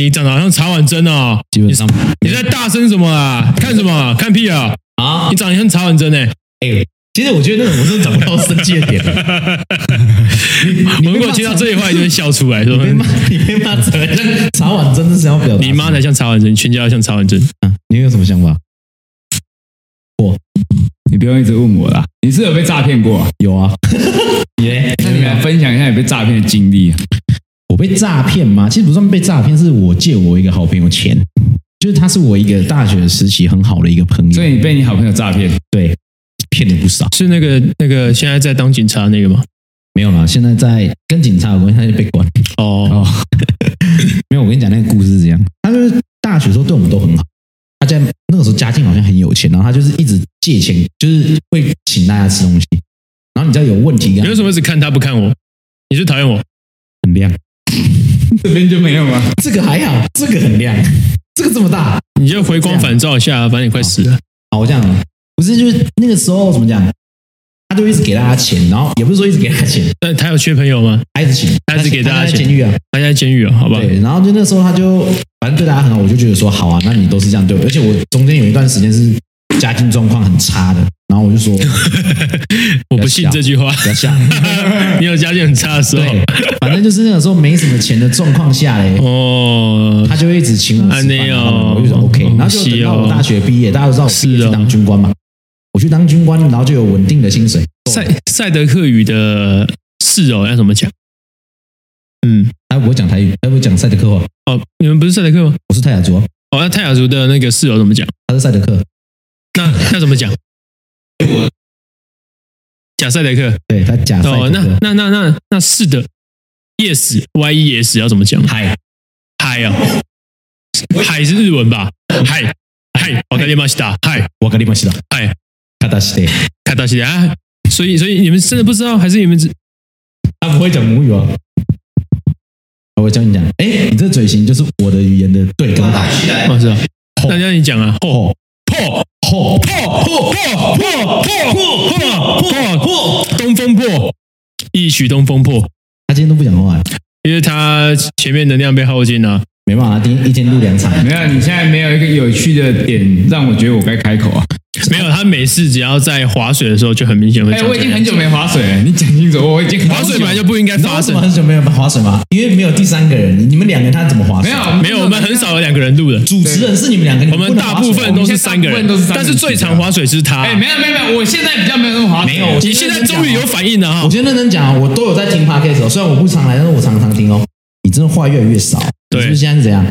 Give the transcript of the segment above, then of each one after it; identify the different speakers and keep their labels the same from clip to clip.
Speaker 1: 你长得好像查婉珍哦，
Speaker 2: 基本上
Speaker 1: 你在大声什么啊？看什么啊？看屁啊！
Speaker 2: 啊
Speaker 1: 你，长得像查婉珍哎、
Speaker 2: 哎、其实我觉得那种我真的找不到生气的点了。
Speaker 1: 我如果听到这一话，就会笑出来，说
Speaker 2: 你被骂，你被骂成像茶碗真的是要表达。
Speaker 1: 你妈才像查婉珍，全家都像查婉珍。
Speaker 2: 嗯你有什么想法？
Speaker 3: 你不用一直问我啦。你是有被诈骗过、啊？
Speaker 2: 有 啊，你嘞？
Speaker 3: 那你来分享一下你被诈骗的经历啊？
Speaker 2: 我被诈骗吗？其实不算被诈骗，是我借我一个好朋友钱，就是他是我一个大学时期很好的一个朋友，
Speaker 3: 所以你被你好朋友诈骗，
Speaker 2: 对骗了不少。
Speaker 1: 是那个那个现在在当警察那个吗？
Speaker 2: 没有啦，现在在跟警察有关系，他就被关。
Speaker 1: 哦，
Speaker 2: 没有，我跟你讲那个故事是这样，他就是大学的时候对我们都很好，他家那个时候家境好像很有钱，然后他就是一直借钱，就是会请大家吃东西。然后你知道有问题，
Speaker 1: 你为什么只看他不看我？你是讨厌我？
Speaker 2: 很亮？
Speaker 3: 这边就没有吗？
Speaker 2: 这个还好，这个很亮，这个这么大。
Speaker 1: 你就回光返照一下，反正你快死了。
Speaker 2: 好，我这样不是就是那个时候怎么讲，他就一直给大家钱，然后也不是说一直给他钱，
Speaker 1: 但他有缺朋友吗？
Speaker 2: 他一直请，
Speaker 1: 他一直给大家
Speaker 2: 他在
Speaker 1: 钱
Speaker 2: 监狱啊。
Speaker 1: 他在监狱啊，好吧？
Speaker 2: 对，然后就那时候他就反正对大家很好，我就觉得说好啊，那你都是这样对我，而且我中间有一段时间是家境状况很差的，然后我就说
Speaker 1: 我不信这句话。
Speaker 2: 不 要吓，
Speaker 1: 你有家境很差的时候
Speaker 2: 对，反正就是那个时候没什么钱的状况下嘞，
Speaker 1: 嗯哦，
Speaker 2: 他就会一直请我吃
Speaker 1: 啊那
Speaker 2: 饭，
Speaker 1: 样
Speaker 2: 然
Speaker 1: 哦
Speaker 2: 后我就说 OK，然后就等
Speaker 1: 是
Speaker 2: 到
Speaker 1: 哦
Speaker 2: 我大学毕业，大家都知道我毕业
Speaker 1: 是哦
Speaker 2: 去当军官嘛，我去当军官，然后就有稳定的薪水，
Speaker 1: 赛赛德克语的室友要怎么讲？嗯，
Speaker 2: 他不会讲台语，他不会讲赛德克话，
Speaker 1: 哦，你们不是赛德克吗？
Speaker 2: 我是泰雅族哦，
Speaker 1: 哦，那泰雅族的那个室友怎么讲？
Speaker 2: 他是赛德克，
Speaker 1: 那那怎么讲？假赛德克。
Speaker 2: 对他假赛
Speaker 1: 哦，
Speaker 2: 德
Speaker 1: 那
Speaker 2: 克，
Speaker 1: 那那那那是的，yes y e s 要怎么讲？
Speaker 2: 嗨，
Speaker 1: 嗨啊，嗨是日文吧？嗨嗨，我跟你马西达，嗨
Speaker 2: 我跟你们是的，
Speaker 1: 嗨，
Speaker 2: 卡达西的，
Speaker 1: 看到西达。啊所以所以你们真的不知道，还是你们只
Speaker 2: 他不会讲母语哦。我教你讲，哎，你这嘴型就是我的语言的对跟打。
Speaker 1: 哦是啊？那让你讲啊，吼破破
Speaker 2: 吼，
Speaker 1: 破破破破破破东风破，一曲东风破，
Speaker 2: 他今天都不讲话，
Speaker 1: 因为他前面能量被耗尽了。
Speaker 2: 没办法，他今天一天录两场。
Speaker 3: 没有，你现在没有一个有趣的点让我觉得我该开口啊！
Speaker 1: 没有，他每次只要在划水的时候，就很明显会
Speaker 3: 哎、
Speaker 1: 讲这个。
Speaker 3: 我已经很久没划水了，你讲清楚，我已经很久
Speaker 1: 划水本来就不应该
Speaker 2: 你知道
Speaker 1: 发
Speaker 2: 为什
Speaker 1: 生
Speaker 2: 么。很久没有划水吗？因为没有第三个人，你们两个人他怎么划水？
Speaker 3: 没有
Speaker 1: 没有，我们很少有两个人录的，
Speaker 2: 主持人是你们两个，你
Speaker 1: 我们
Speaker 2: 不能
Speaker 1: 大
Speaker 2: 划水
Speaker 1: 部
Speaker 2: 哦
Speaker 1: 分都
Speaker 3: 我们现
Speaker 1: 是
Speaker 3: 在
Speaker 1: 三个
Speaker 3: 大部
Speaker 1: 人
Speaker 3: 分都是，三个
Speaker 1: 但
Speaker 3: 人
Speaker 1: 是最常划水是他。
Speaker 3: 哎、没有没有没有，我现在比较没有那么划水，
Speaker 2: 没有我
Speaker 1: 你现在终于有反应了哈
Speaker 2: 我！今天认真讲啊，我都有在听 podcast，哦虽然我不常来，但是我常常听哦。你真的话越来越少，
Speaker 1: 对
Speaker 2: 你是不是现在是怎样？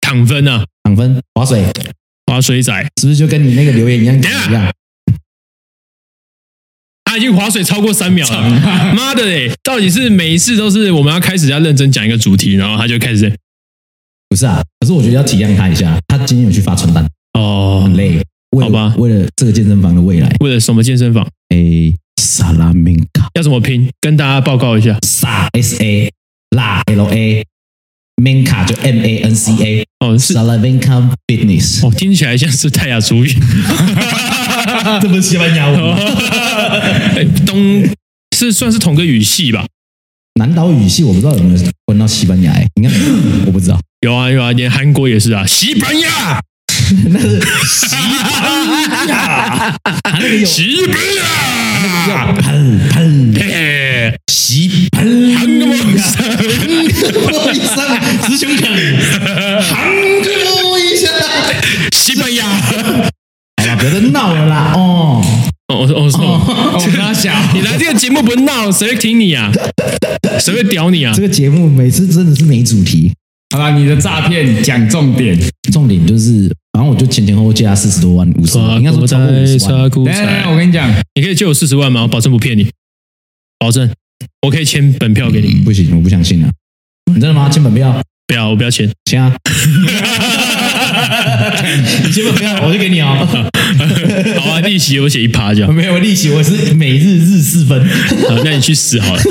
Speaker 1: 躺分啊，
Speaker 2: 两分划水，
Speaker 1: 划水仔，
Speaker 2: 是不是就跟你那个留言一样
Speaker 1: 等一下
Speaker 2: 一样？
Speaker 1: 他已经划水超过三秒了。妈的嘞！到底是每一次都是我们要开始要认真讲一个主题，然后他就开始
Speaker 2: 不是啊，可是我觉得要体谅他一下，他今天有去发传单，
Speaker 1: 哦
Speaker 2: 很，累，为了
Speaker 1: 好吧
Speaker 2: 为了这个健身房的未来，
Speaker 1: 为了什么健身房
Speaker 2: 诶，萨拉米卡
Speaker 1: 要怎么拼，跟大家报告一下
Speaker 2: 萨 S A 拉 L A m 卡就 M A N C A
Speaker 1: 哦，是
Speaker 2: 萨拉米卡 Fitness，
Speaker 1: 哦，听起来像是泰雅族语。
Speaker 2: 这不是西班牙文吗？
Speaker 1: 哎，东是算是同个语系吧？
Speaker 2: 南岛语系我不知道有没有混到西班牙、欸，应该没 有我不知道。
Speaker 1: 有啊有啊，连韩国也是啊，西班牙，
Speaker 2: 那是西班牙，他那个有
Speaker 1: 西班牙，
Speaker 2: 喷喷
Speaker 1: 哎，
Speaker 2: 西喷，
Speaker 1: 韩国医生
Speaker 2: 韩国医生雌雄抗礼，韩国医生，
Speaker 1: 西班牙，
Speaker 2: 好哎啦，不要再闹了啦，哦，
Speaker 1: 哦哦哦，
Speaker 3: 哦，我刚想，
Speaker 1: 你来这个节目不闹，谁会听你啊？谁会屌你啊
Speaker 2: 这？个节目每次真的是没主题，
Speaker 3: 好了，你的诈骗讲重点。
Speaker 2: 重点就是，反正我就前前后后借他四十多万，五十万，应该说超过五十万。
Speaker 1: 啊沙古
Speaker 3: 等一下等一下，我跟你讲，
Speaker 1: 啊你可以借我四十万吗？我保证不骗你，保证，我可以签本票给你。
Speaker 2: 不行，我不相信啊！你真的吗？签本票，
Speaker 1: 不要，我不要 签。
Speaker 2: 签啊！你签本票，我就给你哦。
Speaker 1: 好啊，利息我写一趴这样。
Speaker 2: 没有利息，我是每日日四分。
Speaker 1: 好，那你去死好了，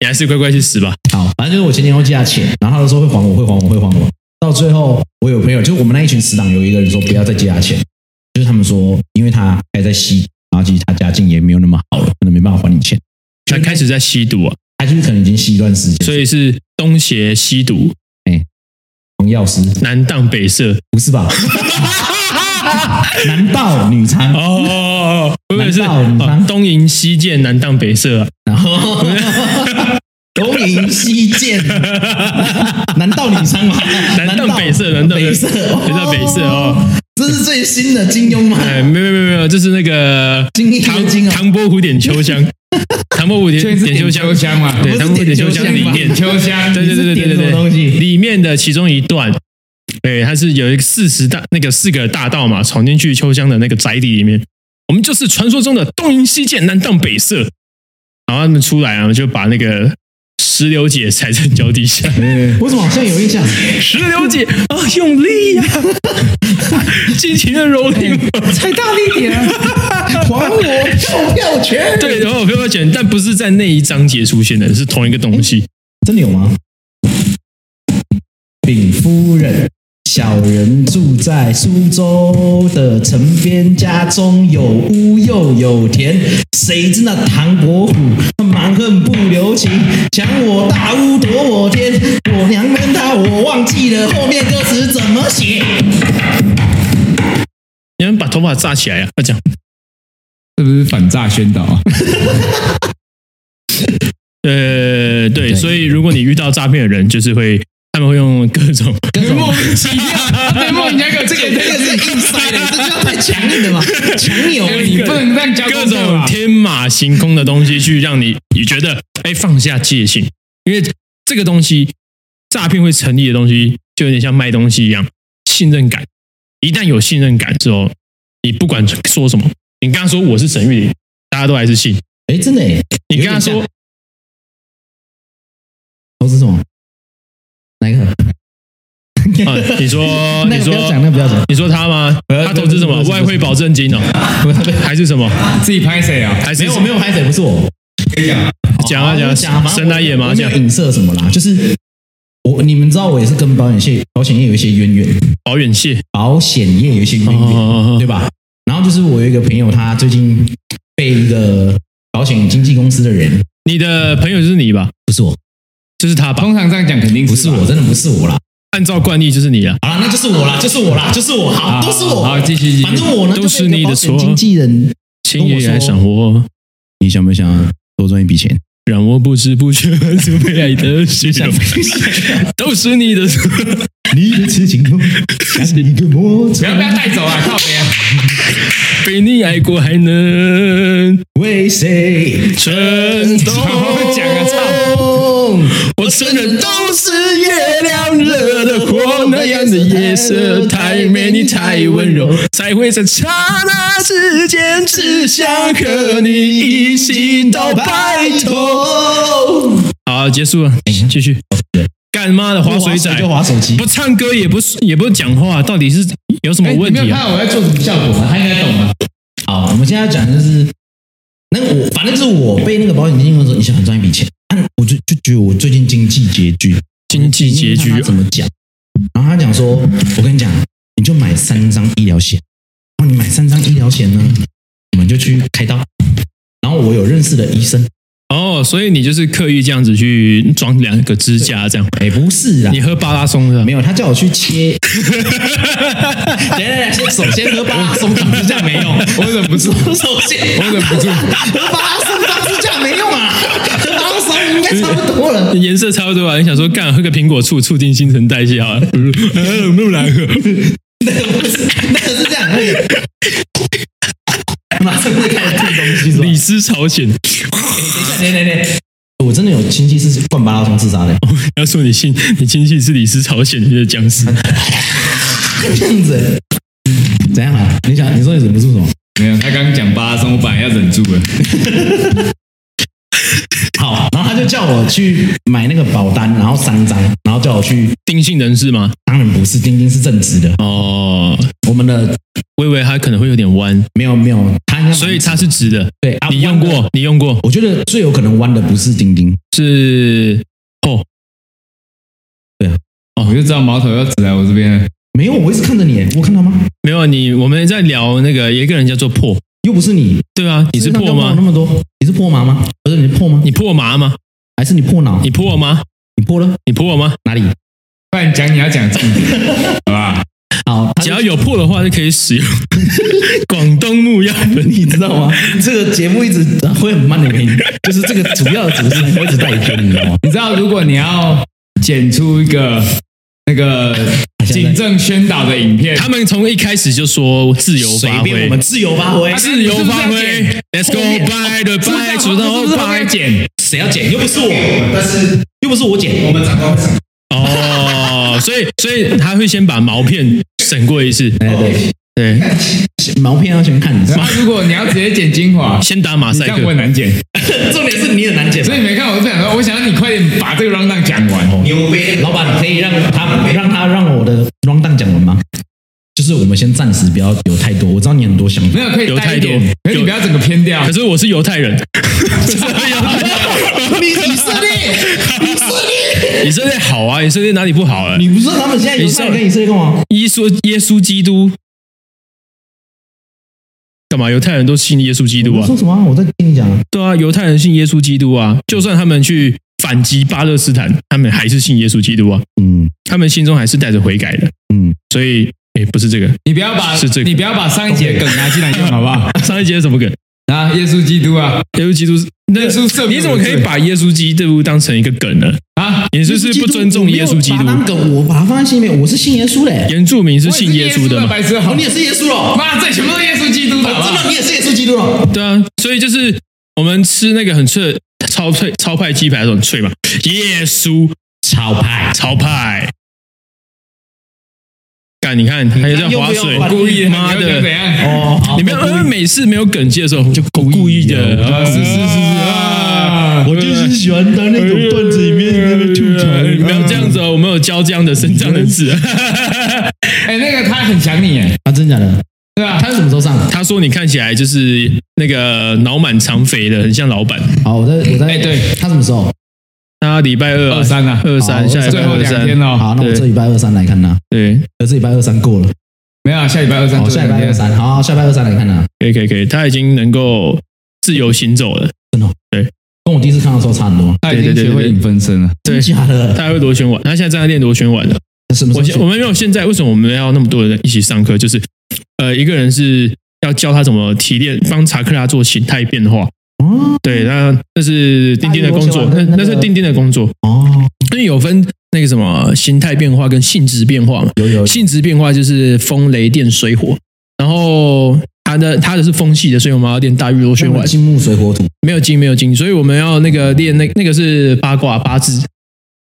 Speaker 1: 你还是乖乖去死吧。
Speaker 2: 好，反正就是我前前后后借他钱，然后他都说会还我，会还我，会还我。到最后，我有朋友，就是我们那一群死党，有一个人说不要再借他钱，就是他们说，因为他还在吸，然后其实他家境也没有那么好了，可能没办法还你钱。
Speaker 1: 他开始在吸毒啊，
Speaker 2: 嗯他就是可能已经吸一段时间，
Speaker 1: 所以是东邪西毒，
Speaker 2: 黄黄药师，
Speaker 1: 南荡北射
Speaker 2: 不是吧？ 男盗女娼，
Speaker 1: 哦， 不会是
Speaker 2: 南荡北
Speaker 1: 哦
Speaker 2: 射
Speaker 1: 东瀛西剑，南荡北射啊，
Speaker 2: 然后东瀛西剑，难道女娼吗？
Speaker 1: 南荡北射，南
Speaker 2: 南
Speaker 1: 荡
Speaker 2: 北射，
Speaker 1: 南荡北射哦。
Speaker 2: 这是最新的金庸吗？
Speaker 1: 哎，没有没有没有，这是那个
Speaker 2: 金一
Speaker 1: 唐
Speaker 2: 元金哦
Speaker 1: 唐伯虎点秋 香，唐伯虎点
Speaker 3: 所以是
Speaker 1: 秋
Speaker 3: 点
Speaker 1: 香
Speaker 3: 秋香嘛
Speaker 1: 对，
Speaker 2: 不是
Speaker 1: 唐伯虎点
Speaker 2: 点
Speaker 1: 秋
Speaker 2: 秋
Speaker 1: 香
Speaker 2: 香
Speaker 1: 里
Speaker 2: 吧
Speaker 1: 面
Speaker 3: 点，秋香，
Speaker 1: 对对对对对
Speaker 2: 你是点什
Speaker 1: 对
Speaker 2: 么东
Speaker 1: 对，
Speaker 2: 西
Speaker 1: 里面的其中一段，对，它是有一个四十大那个四个大盗嘛，闯进去秋香的那个宅邸里面，我们就是传说中的东瀛西剑，南荡北射，然后他们出来啊，就把那个石榴姐踩在脚底下，
Speaker 2: 我怎么好像有印象？
Speaker 1: 石榴姐啊，用力呀、 尽情的蹂躏我。
Speaker 2: 踩大力点，还我票票权！
Speaker 1: 对，然后我票票卷，但不是在那一章节出现的，是同一个东西。
Speaker 2: 真的有吗？禀夫人，小人住在苏州的城边，家中有屋又有田。谁知那唐伯虎蛮横不留情，抢我大屋夺我天，我娘跟他我忘记了后面歌词怎么写。
Speaker 1: 你们把头发炸起来啊！他讲，
Speaker 3: 是不是反诈宣导啊？
Speaker 1: 呃，对，所以如果你遇到诈骗的人，就是会他们会用各种
Speaker 3: 莫名其妙，对，莫名其妙，这个
Speaker 2: 这个是硬塞的，这叫太强硬了吧？强扭
Speaker 3: 哎
Speaker 2: 你
Speaker 3: 你不能让交
Speaker 1: 各
Speaker 3: 功课
Speaker 1: 种
Speaker 3: 吧？
Speaker 1: 天马行空的东西去让你你觉得哎放下戒心，因为这个东西诈骗会成立的东西，就有点像卖东西一样，信任感。一旦有信任感之后，你不管说什么，你刚刚说我是沈玉琳，大家都还是信。
Speaker 2: 哎，真的哎，
Speaker 1: 你跟他
Speaker 2: 有
Speaker 1: 说
Speaker 2: 点像投资什么？哪一个？
Speaker 1: 啊、你说
Speaker 2: 那
Speaker 1: 你
Speaker 2: 个不要
Speaker 1: 说
Speaker 2: 讲，那个不要讲。
Speaker 1: 你说他吗？
Speaker 2: 要
Speaker 1: 他投资什么？
Speaker 2: 不要
Speaker 1: 外汇保证 金哦，还是什么？
Speaker 3: 自己拍谁啊？
Speaker 1: 还是
Speaker 2: 没有，我没有拍谁，不是我。
Speaker 1: 讲啊讲啊
Speaker 2: 讲啊，
Speaker 1: 神来也嘛
Speaker 2: 我没有
Speaker 1: 讲
Speaker 2: 影射什么啦，就是我你们知道，我也是跟保险业保险业有一些渊源，
Speaker 1: 保险蟹
Speaker 2: 保险业有一些渊源，
Speaker 1: 哦
Speaker 2: 对吧？然后就是我有一个朋友，他最近被一个保险经纪公司的人，
Speaker 1: 你的朋友就是你吧？
Speaker 2: 不是我，
Speaker 1: 就是他吧？
Speaker 3: 通常这样讲肯定
Speaker 2: 不是
Speaker 3: 吧
Speaker 2: 我，。真的不是我啦。
Speaker 1: 按照惯例就是你啊。
Speaker 2: 好了，那就是我啦，就是我啦，就是我，好，
Speaker 3: 好
Speaker 2: 都是我。
Speaker 3: 好继续继续
Speaker 2: 反正我呢，
Speaker 1: 都是
Speaker 2: 就被一
Speaker 1: 你
Speaker 2: 个
Speaker 1: 的
Speaker 2: 保险
Speaker 1: 错啊
Speaker 2: 经纪人，
Speaker 1: 请也来赏我，
Speaker 2: 你想不想多赚一笔钱？
Speaker 1: 让我不知不觉就被爱的血
Speaker 2: 想
Speaker 1: 肉，都是你的错。
Speaker 2: 你的痴情梦，像一个魔
Speaker 3: 不
Speaker 2: 咒
Speaker 3: 要被他带走啊！靠别啊！
Speaker 1: 被你爱过还能
Speaker 2: 为谁
Speaker 1: 沉
Speaker 3: 好好讲啊操
Speaker 1: 痛？我承认都是月亮惹的祸，那样的夜色太美，你太温柔，才会在刹那之间只想和你一起到白头。
Speaker 2: 头。
Speaker 1: 好，结束了，继续。干妈的划水仔
Speaker 2: 就划手机
Speaker 1: 不，唱歌也不也不讲话，到底是有什么
Speaker 3: 哎你
Speaker 1: 问
Speaker 3: 没有
Speaker 1: 题
Speaker 3: 看
Speaker 1: 啊？
Speaker 3: 到我在做什么效果吗？他应该懂啊。
Speaker 2: 好，我们现在要讲的就是，那个我反正就是我被那个保险经纪公司说你想赚一笔钱，但我就就觉得我最近经济拮据，
Speaker 1: 经济拮据
Speaker 2: 我就听他怎么讲？然后他讲说，我跟你讲，你就买三张医疗险，然后你买三张医疗险呢，我们就去开刀。然后我有认识的医生，
Speaker 1: 哦，所以你就是刻意这样子去装两个支架，这样
Speaker 2: 哎，不是啦
Speaker 1: 你，喝巴拉松的
Speaker 2: 没有，他叫我去 切。等一下等一下，先首先喝巴拉 松挡支架没用，
Speaker 3: 我忍不住，
Speaker 2: 首先
Speaker 3: 我忍不住。
Speaker 2: 喝巴拉啊松挡支架没用啊，喝巴拉松应该差不多了。
Speaker 1: 颜色差不多吧？你想说干喝个苹果醋促进新陈代谢好了？呃，没有来喝，
Speaker 2: 那个不是，那个是这样，那个马上会开始吐东西是吧？
Speaker 1: 李斯朝鲜，
Speaker 2: 等一下等一下等一下，哎我真的有亲戚是灌巴拉松自杀的，
Speaker 1: 要说你亲你亲戚是李斯朝鲜的僵尸，
Speaker 2: 这样子。怎样啊？你想，你说你忍不住什么？
Speaker 3: 没有，他刚刚讲八拉松，我本来要忍住了。
Speaker 2: 好，然后他就叫我去买那个保单，然后三张，然后叫我去，
Speaker 1: 丁姓人士吗？
Speaker 2: 当然不是，丁丁是正直的，
Speaker 1: 哦，
Speaker 2: 我们的
Speaker 1: 我以为他可能会有点弯，
Speaker 2: 没有没有，他应该蛮
Speaker 1: 所以他是直的。
Speaker 2: 对嗯啊，
Speaker 1: 你用
Speaker 2: 弯的？
Speaker 1: 过？你用过
Speaker 2: 我觉得最有可能弯的不是丁丁，
Speaker 1: 是哦？
Speaker 3: 我就知道矛头要指来我这边了。
Speaker 2: 没有，我一直看着你，我看到吗？
Speaker 1: 没有啊你，我们在聊那个有一个人叫做破，
Speaker 2: 又不是你，
Speaker 1: 对啊，你是
Speaker 2: 那
Speaker 1: 破
Speaker 2: 干嘛那
Speaker 1: 吗？
Speaker 2: 么多，你是破麻吗？不是你是破吗？
Speaker 1: 你破麻吗？
Speaker 2: 还是你破脑？
Speaker 1: 你破吗？
Speaker 2: 你破了
Speaker 1: 你破吗？
Speaker 2: 哪里？
Speaker 3: 不然讲你要讲重 点，好吧？
Speaker 2: 好，
Speaker 1: 只要有破的话就可以使用 广东木药粉，
Speaker 2: 你知道吗？这个节目一直 会很慢的原因，就是这个主要的主持人会一直带偏，你知道吗？
Speaker 3: 你知道，如果你要剪出一个那 个警政宣导的影片，
Speaker 1: 他们从一开始就说自由
Speaker 2: 随
Speaker 1: 发
Speaker 2: 便
Speaker 1: 挥
Speaker 2: 我，们自由发挥，
Speaker 1: 自由发
Speaker 3: 是不是
Speaker 1: 挥
Speaker 3: 要
Speaker 1: ，Let's
Speaker 2: 后面
Speaker 1: go by the
Speaker 3: 是不是
Speaker 1: by，
Speaker 3: 要
Speaker 1: 主
Speaker 3: 是不
Speaker 1: 动
Speaker 3: 是后面
Speaker 1: by
Speaker 3: 要剪，
Speaker 2: 谁要剪？又不是我，但是又不是我剪，
Speaker 4: 我们长官会上。
Speaker 1: 哦，所以所以他会先把毛片审过一次，
Speaker 2: 哎对，
Speaker 1: 对，
Speaker 2: 毛片要先看，
Speaker 3: 然后啊如果你要直接剪精 华，
Speaker 1: 先打马
Speaker 3: 你
Speaker 1: 赛
Speaker 3: 这样
Speaker 1: 克
Speaker 3: 我。很难剪。
Speaker 2: 重点是你很难剪
Speaker 3: 所。以你没看，我是想说，我想要你快点把这个 round down 讲完。
Speaker 4: 牛背
Speaker 2: 老板可以让他让他让我的 round down 讲完吗？就是我们先暂时不要有太多，我知道你很多想法
Speaker 3: 没。有可以
Speaker 1: 有
Speaker 3: 带
Speaker 1: 太
Speaker 3: 一
Speaker 1: 多
Speaker 3: 点，可是你不要整个偏掉
Speaker 1: 可。是我是犹太人， 就是犹太
Speaker 2: 你以色列，
Speaker 1: 以色列好啊，以色列哪里不好啊？
Speaker 2: 你不知道他们现在犹太人跟以色列干嘛？
Speaker 1: 耶稣耶稣基督干嘛？犹太人都信耶稣基督
Speaker 2: 我
Speaker 1: 啊
Speaker 2: 说？什么啊？我在听你讲啊。
Speaker 1: 对啊，犹太人信耶稣基督啊，就算他们去反击巴勒斯坦，他们还是信耶稣基督啊，
Speaker 2: 嗯
Speaker 1: 他们心中还是带着悔改的。
Speaker 2: 嗯，
Speaker 1: 所以，诶，不是这个，
Speaker 3: 你不要把
Speaker 1: 是这个
Speaker 3: 你不要把上一节梗拿进来用，好不 好？
Speaker 1: 上一节是什么梗？
Speaker 3: 啊，耶稣基督啊，
Speaker 1: 耶稣基督是那
Speaker 3: 耶稣圣母
Speaker 1: 你怎么可以把耶稣基督当成一个梗呢？
Speaker 3: 啊，
Speaker 1: 你是不是不尊重耶稣基督？
Speaker 2: 那个我把它放在心里面，我是信耶稣嘞。
Speaker 1: 原住民是
Speaker 3: 我也
Speaker 1: 信耶稣的
Speaker 3: 的
Speaker 1: 嘛？
Speaker 3: 白痴
Speaker 2: 哦
Speaker 3: 好，
Speaker 2: 你也是耶稣了，
Speaker 3: 妈，这全部都耶稣基督的，好不
Speaker 2: 真
Speaker 3: 好
Speaker 2: 的你也是耶稣基督了。
Speaker 1: 对啊，所以就是我们吃那个很脆的超脆超派鸡排的时候很脆嘛，耶稣
Speaker 2: 超派，
Speaker 1: 超派。干，你看，
Speaker 3: 哎
Speaker 1: 还有在划水
Speaker 2: 又没有，
Speaker 1: 故意的妈
Speaker 3: 你又怎
Speaker 1: 的！
Speaker 3: 样？
Speaker 2: 哦，好
Speaker 1: 你们因为每次没有梗界的时候，就故意的，
Speaker 3: 啊，是是是是啊，
Speaker 2: 我就是喜欢当那种段子里面的那个吐槽
Speaker 1: 哎
Speaker 2: 的，
Speaker 1: 没有这样子哦，我们有教这样的生这样的字。
Speaker 3: 哎，那个他很想你，哎，
Speaker 2: 啊，真的假的？
Speaker 3: 对吧？
Speaker 2: 他是什么时候上？
Speaker 1: 他说你看起来就是那个脑满肠肥的，很像老板。
Speaker 2: 好，我在我在，
Speaker 3: 哎对，
Speaker 2: 他什么时候？
Speaker 1: 他礼拜二啊
Speaker 3: 二三啊，
Speaker 1: 二
Speaker 2: 好
Speaker 1: 三，下礼拜
Speaker 3: 最后
Speaker 1: 二
Speaker 3: 两天
Speaker 1: 三，
Speaker 3: 哦，
Speaker 2: 好，那我
Speaker 1: 对
Speaker 2: 这礼拜二三来看他，
Speaker 1: 对，
Speaker 2: 可这礼拜二三过了，
Speaker 3: 没有，啊哦下礼拜二三，
Speaker 2: 好，下礼拜二三，好，下礼拜二三来看他。啊
Speaker 1: 可以可以可以，他已经能够自由行走了。
Speaker 2: 跟我第一次看到的时候差很多，
Speaker 3: 他已经学会影分身了。
Speaker 1: 对
Speaker 2: 真假的？
Speaker 1: 他还会螺旋丸，他现在正在练螺旋丸了。
Speaker 2: 什么时
Speaker 1: 我
Speaker 2: 候
Speaker 1: 现
Speaker 2: 去？
Speaker 1: 我们没有现在为什么我们要那么多人一起上课？就是呃，一个人是要教他怎么提炼，帮查克拉做形态变化。
Speaker 2: 哦
Speaker 1: 对，那那是钉钉的工作，
Speaker 2: 大
Speaker 1: 那
Speaker 2: 力螺旋丸
Speaker 1: 那是钉钉的工作，
Speaker 2: 哦，
Speaker 1: 因为有分那个什么形态变化跟性质变化嘛。
Speaker 2: 有有有
Speaker 1: 性质变化就是风、雷电、水、火，然后它的它的是风系的，所以我们要练大玉螺旋丸。
Speaker 2: 金木水火土，
Speaker 1: 没有金，没有金，所以我们要那个练那那个是八卦八字，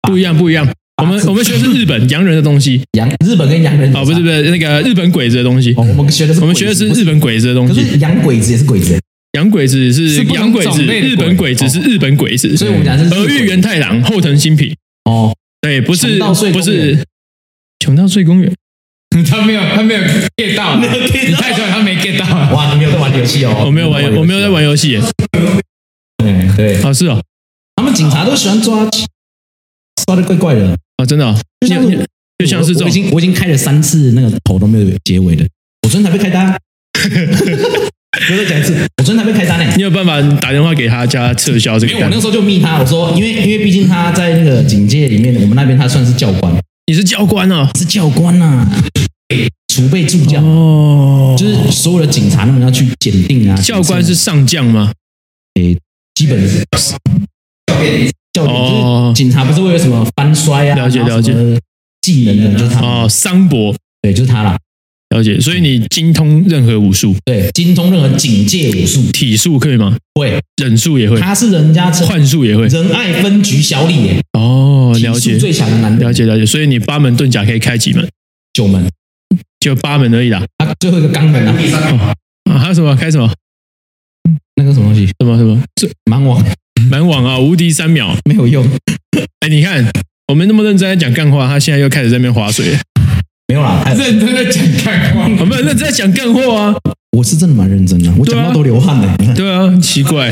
Speaker 1: 不一样不一样。我们我们学的是日本洋人的东西
Speaker 2: 洋日本跟洋人
Speaker 1: 哦，不是不
Speaker 2: 是，
Speaker 1: 是那个日本鬼子的东西，
Speaker 2: 哦，我们学的是
Speaker 1: 我们学的是
Speaker 2: 鬼子
Speaker 1: 日本鬼子的东
Speaker 2: 可
Speaker 1: 西。
Speaker 2: 是洋鬼子也是鬼子，
Speaker 1: 洋鬼子是
Speaker 3: 是不同
Speaker 1: 洋鬼子，
Speaker 3: 种类的鬼
Speaker 1: 日本鬼子是日本鬼子，
Speaker 2: 哦所以我们讲的是日
Speaker 1: 俄
Speaker 2: 鬼
Speaker 1: 玉元太郎、后藤新平，
Speaker 2: 哦，
Speaker 1: 对，不是
Speaker 2: 穷到睡
Speaker 1: 不
Speaker 2: 公园
Speaker 1: 是穷到睡公园，
Speaker 3: 他没有，他没有 get 到，啊 你太喜欢他没 get 到。啊
Speaker 2: 哇，你没有在玩游戏哦，
Speaker 1: 我没有玩，我没有在玩游戏
Speaker 2: 啊
Speaker 1: 耶。
Speaker 2: 嗯，对，
Speaker 1: 哦，是哦，
Speaker 2: 他们警察都喜欢抓抓的怪怪的，
Speaker 1: 哦，真的哦，
Speaker 2: 就
Speaker 1: 你
Speaker 2: 像
Speaker 1: 你
Speaker 2: 是
Speaker 1: 就像是这
Speaker 2: 我
Speaker 1: 种
Speaker 2: 我已经我已经开了三次那个头都没有结尾的，我昨天才被开 单，我再讲一次，我昨天才被开单欸呢。
Speaker 1: 你有办法打电话给他叫他撤销这
Speaker 2: 因
Speaker 1: 个
Speaker 2: 为我
Speaker 1: 单
Speaker 2: 那？时候就密他，我说，因为因为毕竟他在那个警界里面，我们那边他算是教官，
Speaker 1: 你是教官哦，
Speaker 2: 是教官呐、储备助教，
Speaker 1: 哦，
Speaker 2: 就是所有的警察他们要去检定啊。
Speaker 1: 教官是
Speaker 2: 检
Speaker 1: 上将吗？
Speaker 2: 测基本教练，就
Speaker 1: 哦
Speaker 2: 是警察不是为了什么翻摔啊，
Speaker 1: 了解
Speaker 2: 然后
Speaker 1: 了解
Speaker 2: 什么技能的，就是他，
Speaker 1: 哦，桑博
Speaker 2: 对，就是他啦。
Speaker 1: 了解，所以你精通任何武术，
Speaker 2: 对，精通任何警戒武术，
Speaker 1: 体术可以吗？
Speaker 2: 会，
Speaker 1: 忍术也会，
Speaker 2: 他是人家称
Speaker 1: 幻术也会。
Speaker 2: 仁爱分局小李耶，
Speaker 1: 哦，了
Speaker 2: 体
Speaker 1: 解
Speaker 2: 术，最强的男人
Speaker 1: 了解，了解。所以你八门遁甲可以开几门？
Speaker 2: 九门，
Speaker 1: 就八门而已啦。
Speaker 2: 啊，最后一个肛门啊，
Speaker 1: 啊，还有什么？开什么？
Speaker 2: 那个什么东西，
Speaker 1: 什么什么？这
Speaker 2: 蛮王
Speaker 1: 满网啊，无敌三秒。
Speaker 2: 没有用，
Speaker 1: 哎，你看，我们那么认真在讲干话，他现在又开始在那边划水了。
Speaker 2: 没有啦，哎
Speaker 3: 认真的讲干话，
Speaker 1: 我们很认真在讲干话啊。
Speaker 2: 我是真的蛮认真的，我
Speaker 1: 对
Speaker 2: 讲
Speaker 1: 啊
Speaker 2: 到都流汗了。你看
Speaker 1: 对啊，奇怪。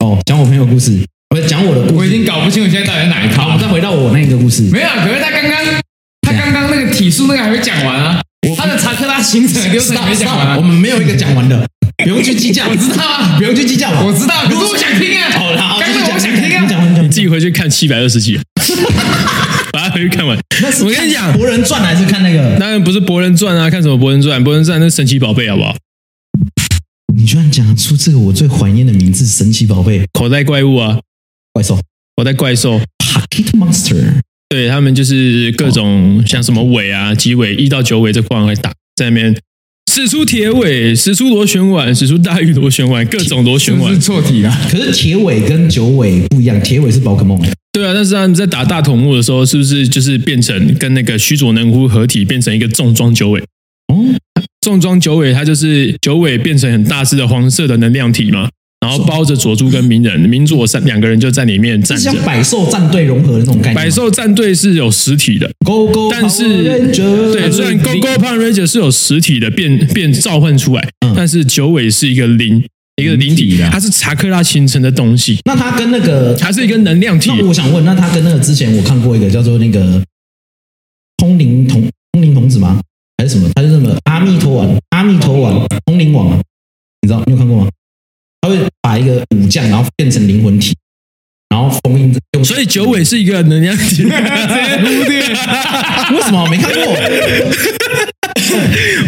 Speaker 2: 哦，讲我朋友故事，我讲我的故
Speaker 3: 我
Speaker 2: 事，
Speaker 3: 已经搞不清楚现在到底在哪一
Speaker 2: 好，
Speaker 3: 套
Speaker 2: 我。再回到我那个故事，
Speaker 3: 没有，啊可是他刚刚他刚刚那个体术那个还没讲完啊，他的查克拉行程流程还没讲完啊
Speaker 2: 我。们 没有一个讲完的，不用去计较，
Speaker 3: 我知道啊
Speaker 2: 不用去计较，
Speaker 3: 我知道，可是我想听啊。
Speaker 2: 好啦，好，
Speaker 3: 刚
Speaker 2: 继续
Speaker 3: 刚
Speaker 2: 讲
Speaker 3: 我想听
Speaker 2: 你
Speaker 3: 啊。
Speaker 2: 讲完，你讲完
Speaker 1: 自己回去看七百二十集。 把它回去看完。我跟你讲，
Speaker 2: 博人传还是看那个？
Speaker 1: 当然不是《博人传》啊，看什么《博人传》？《博人传》那是神奇宝贝好不好？
Speaker 2: 你居然讲出这个我最怀念的名字——神奇宝贝
Speaker 1: 口袋怪物啊，
Speaker 2: 怪兽
Speaker 1: 口袋怪兽，
Speaker 2: （Pocket Monster）。
Speaker 1: 对他们就是各种像什么尾啊、鸡尾一到九尾这矿会打，在那边使出铁尾，使出螺旋丸，使出大玉螺旋丸，各种螺旋丸
Speaker 3: 是。错题啊！
Speaker 2: 可是铁尾跟九尾不一样，铁尾是宝可梦，
Speaker 1: 对啊，但是他们在打大筒木的时候，是不是就是变成跟那个须佐能乎合体，变成一个重装九尾？
Speaker 2: 哦，
Speaker 1: 重装九尾它就是九尾变成很大只的黄色的能量体嘛，然后包着佐助跟鸣人，鸣佐三两个人就在里面站
Speaker 2: 是
Speaker 1: 着
Speaker 2: 像。百兽战队融合的那种概念吗。
Speaker 1: 百兽战队是有实体的，
Speaker 2: Go Go，
Speaker 1: 但是
Speaker 2: Power Ranger
Speaker 1: 对，虽然 Go Go p o w Ranger 是有实体的变变召唤出来，
Speaker 2: 嗯
Speaker 1: 但是九尾是一个灵，一个灵
Speaker 2: 灵
Speaker 1: 体
Speaker 2: 体，啊
Speaker 1: 它是查克拉形成的东西，
Speaker 2: 那它跟那个，
Speaker 1: 它是一个能量体。
Speaker 2: 那我想问，那它跟那个之前我看过一个叫做那个通灵童通灵童子吗？还是什么？它是什么阿弥陀丸？阿弥陀丸通灵网啊？你知道？你有看过吗？它会把一个武将，然后变成灵魂体，然后封印用。
Speaker 1: 所以九尾是一个能量体，
Speaker 2: 为什么我没看 过？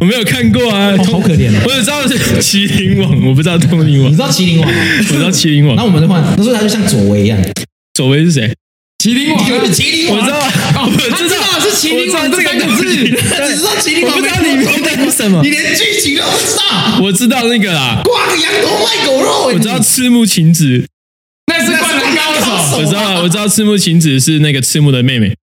Speaker 1: 我没有看过啊，
Speaker 2: 哦好可怜啊
Speaker 1: 我只知道是麒麟网，我不知道通灵
Speaker 2: 你
Speaker 1: 网
Speaker 2: 知，道麒麟王吗？
Speaker 1: 我知道麒麟
Speaker 2: 哦那
Speaker 1: 网。
Speaker 2: 我们就换，那所以它就像左为一样，
Speaker 1: 左为是谁？
Speaker 3: 麒麟王，啊
Speaker 2: 麒麟
Speaker 1: 我知道，
Speaker 3: 哦
Speaker 1: 我
Speaker 3: 他
Speaker 1: 知
Speaker 3: 知
Speaker 2: 啊
Speaker 3: 道是麒麟王
Speaker 1: 我知道
Speaker 3: 这
Speaker 1: 这
Speaker 3: 三
Speaker 1: 个
Speaker 3: 个字
Speaker 1: 字，
Speaker 2: 他只知道麒麟
Speaker 1: 我
Speaker 2: 王，
Speaker 1: 不知道里面是什么
Speaker 2: 你，连剧情都不知道，
Speaker 1: 我知道那个啦，
Speaker 2: 挂个羊头卖狗肉，
Speaker 1: 我知道赤木晴子，
Speaker 3: 那是灌篮高手。
Speaker 1: 我知道，我知道赤木晴子是那个赤木的妹妹，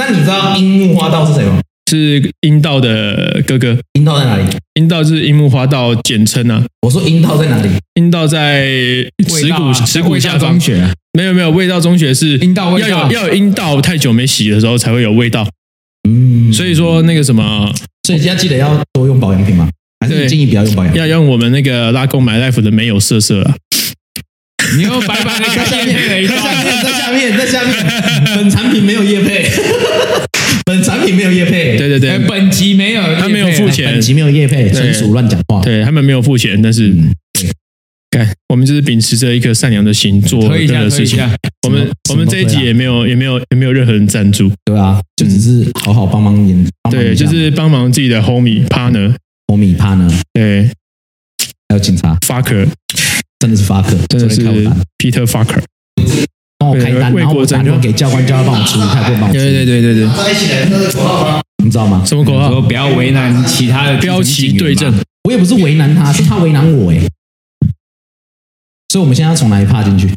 Speaker 2: 那你知道樱木花道是谁吗？
Speaker 1: 是樱道的哥哥。
Speaker 2: 樱道在哪里？
Speaker 1: 樱道就是樱木花道简称啊，
Speaker 2: 我说樱道在哪里？
Speaker 1: 樱道在石
Speaker 3: 道
Speaker 1: 谷
Speaker 3: 啊
Speaker 1: 石谷
Speaker 3: 味道
Speaker 1: 下方
Speaker 3: 中学啊，
Speaker 1: 没有没有味道中学是
Speaker 3: 樱道味
Speaker 1: 要
Speaker 3: 道
Speaker 1: 有要有樱道太久没洗的时候才会有味道，
Speaker 2: 嗯，
Speaker 1: 所以说那个什么
Speaker 2: 所以要记得要多用保养品吗？还是
Speaker 1: 对
Speaker 2: 你建议不要用保养品？
Speaker 1: 要用我们那个拉贡买 life 的没有色色啊，
Speaker 3: 你又白白的看见了一
Speaker 2: 在下
Speaker 3: 段。
Speaker 2: 面，在下面，在下面，本产品没有业 配，本产品没有业配，
Speaker 1: 对对
Speaker 3: 哎
Speaker 1: 对
Speaker 3: 本集没有，
Speaker 1: 他没有付钱
Speaker 2: 本集没有业配，纯属乱讲话。
Speaker 1: 对，他们没有付钱，但是
Speaker 2: 嗯
Speaker 1: 看我们就是秉持着一个善良的心做
Speaker 3: 推一
Speaker 1: 任
Speaker 3: 下
Speaker 1: 何
Speaker 3: 推
Speaker 1: 事
Speaker 3: 一
Speaker 1: 情
Speaker 3: 下，，
Speaker 1: 我们
Speaker 2: 什么
Speaker 1: 我们这一
Speaker 2: 什么
Speaker 1: 集
Speaker 2: 都会啊
Speaker 1: 也没有也没有也没有任何人赞助，
Speaker 2: 对啊，就只是好好帮忙演，帮忙
Speaker 1: 对，
Speaker 2: 一下
Speaker 1: 就
Speaker 2: 嘛
Speaker 1: 是帮忙自己的 homie partner，
Speaker 2: 欧米帕呢，
Speaker 1: 对
Speaker 2: 还有警察，
Speaker 1: fucker
Speaker 2: 真的是发克，
Speaker 1: 真的是
Speaker 2: 昨天开我单
Speaker 1: Peter fucker，
Speaker 2: 帮我开单，
Speaker 1: 为
Speaker 2: 然后
Speaker 1: 国
Speaker 2: 我
Speaker 1: 争光
Speaker 2: 打电话给教官，教官帮我处理，他也不会帮我处理，
Speaker 1: 对对对，
Speaker 2: 你知道吗？
Speaker 1: 什么口号
Speaker 3: 嗯说？不要为难其他的
Speaker 1: 标旗对阵，
Speaker 2: 我也不是为难他，是他为难我哎。所以我们现在要从哪一趴进去？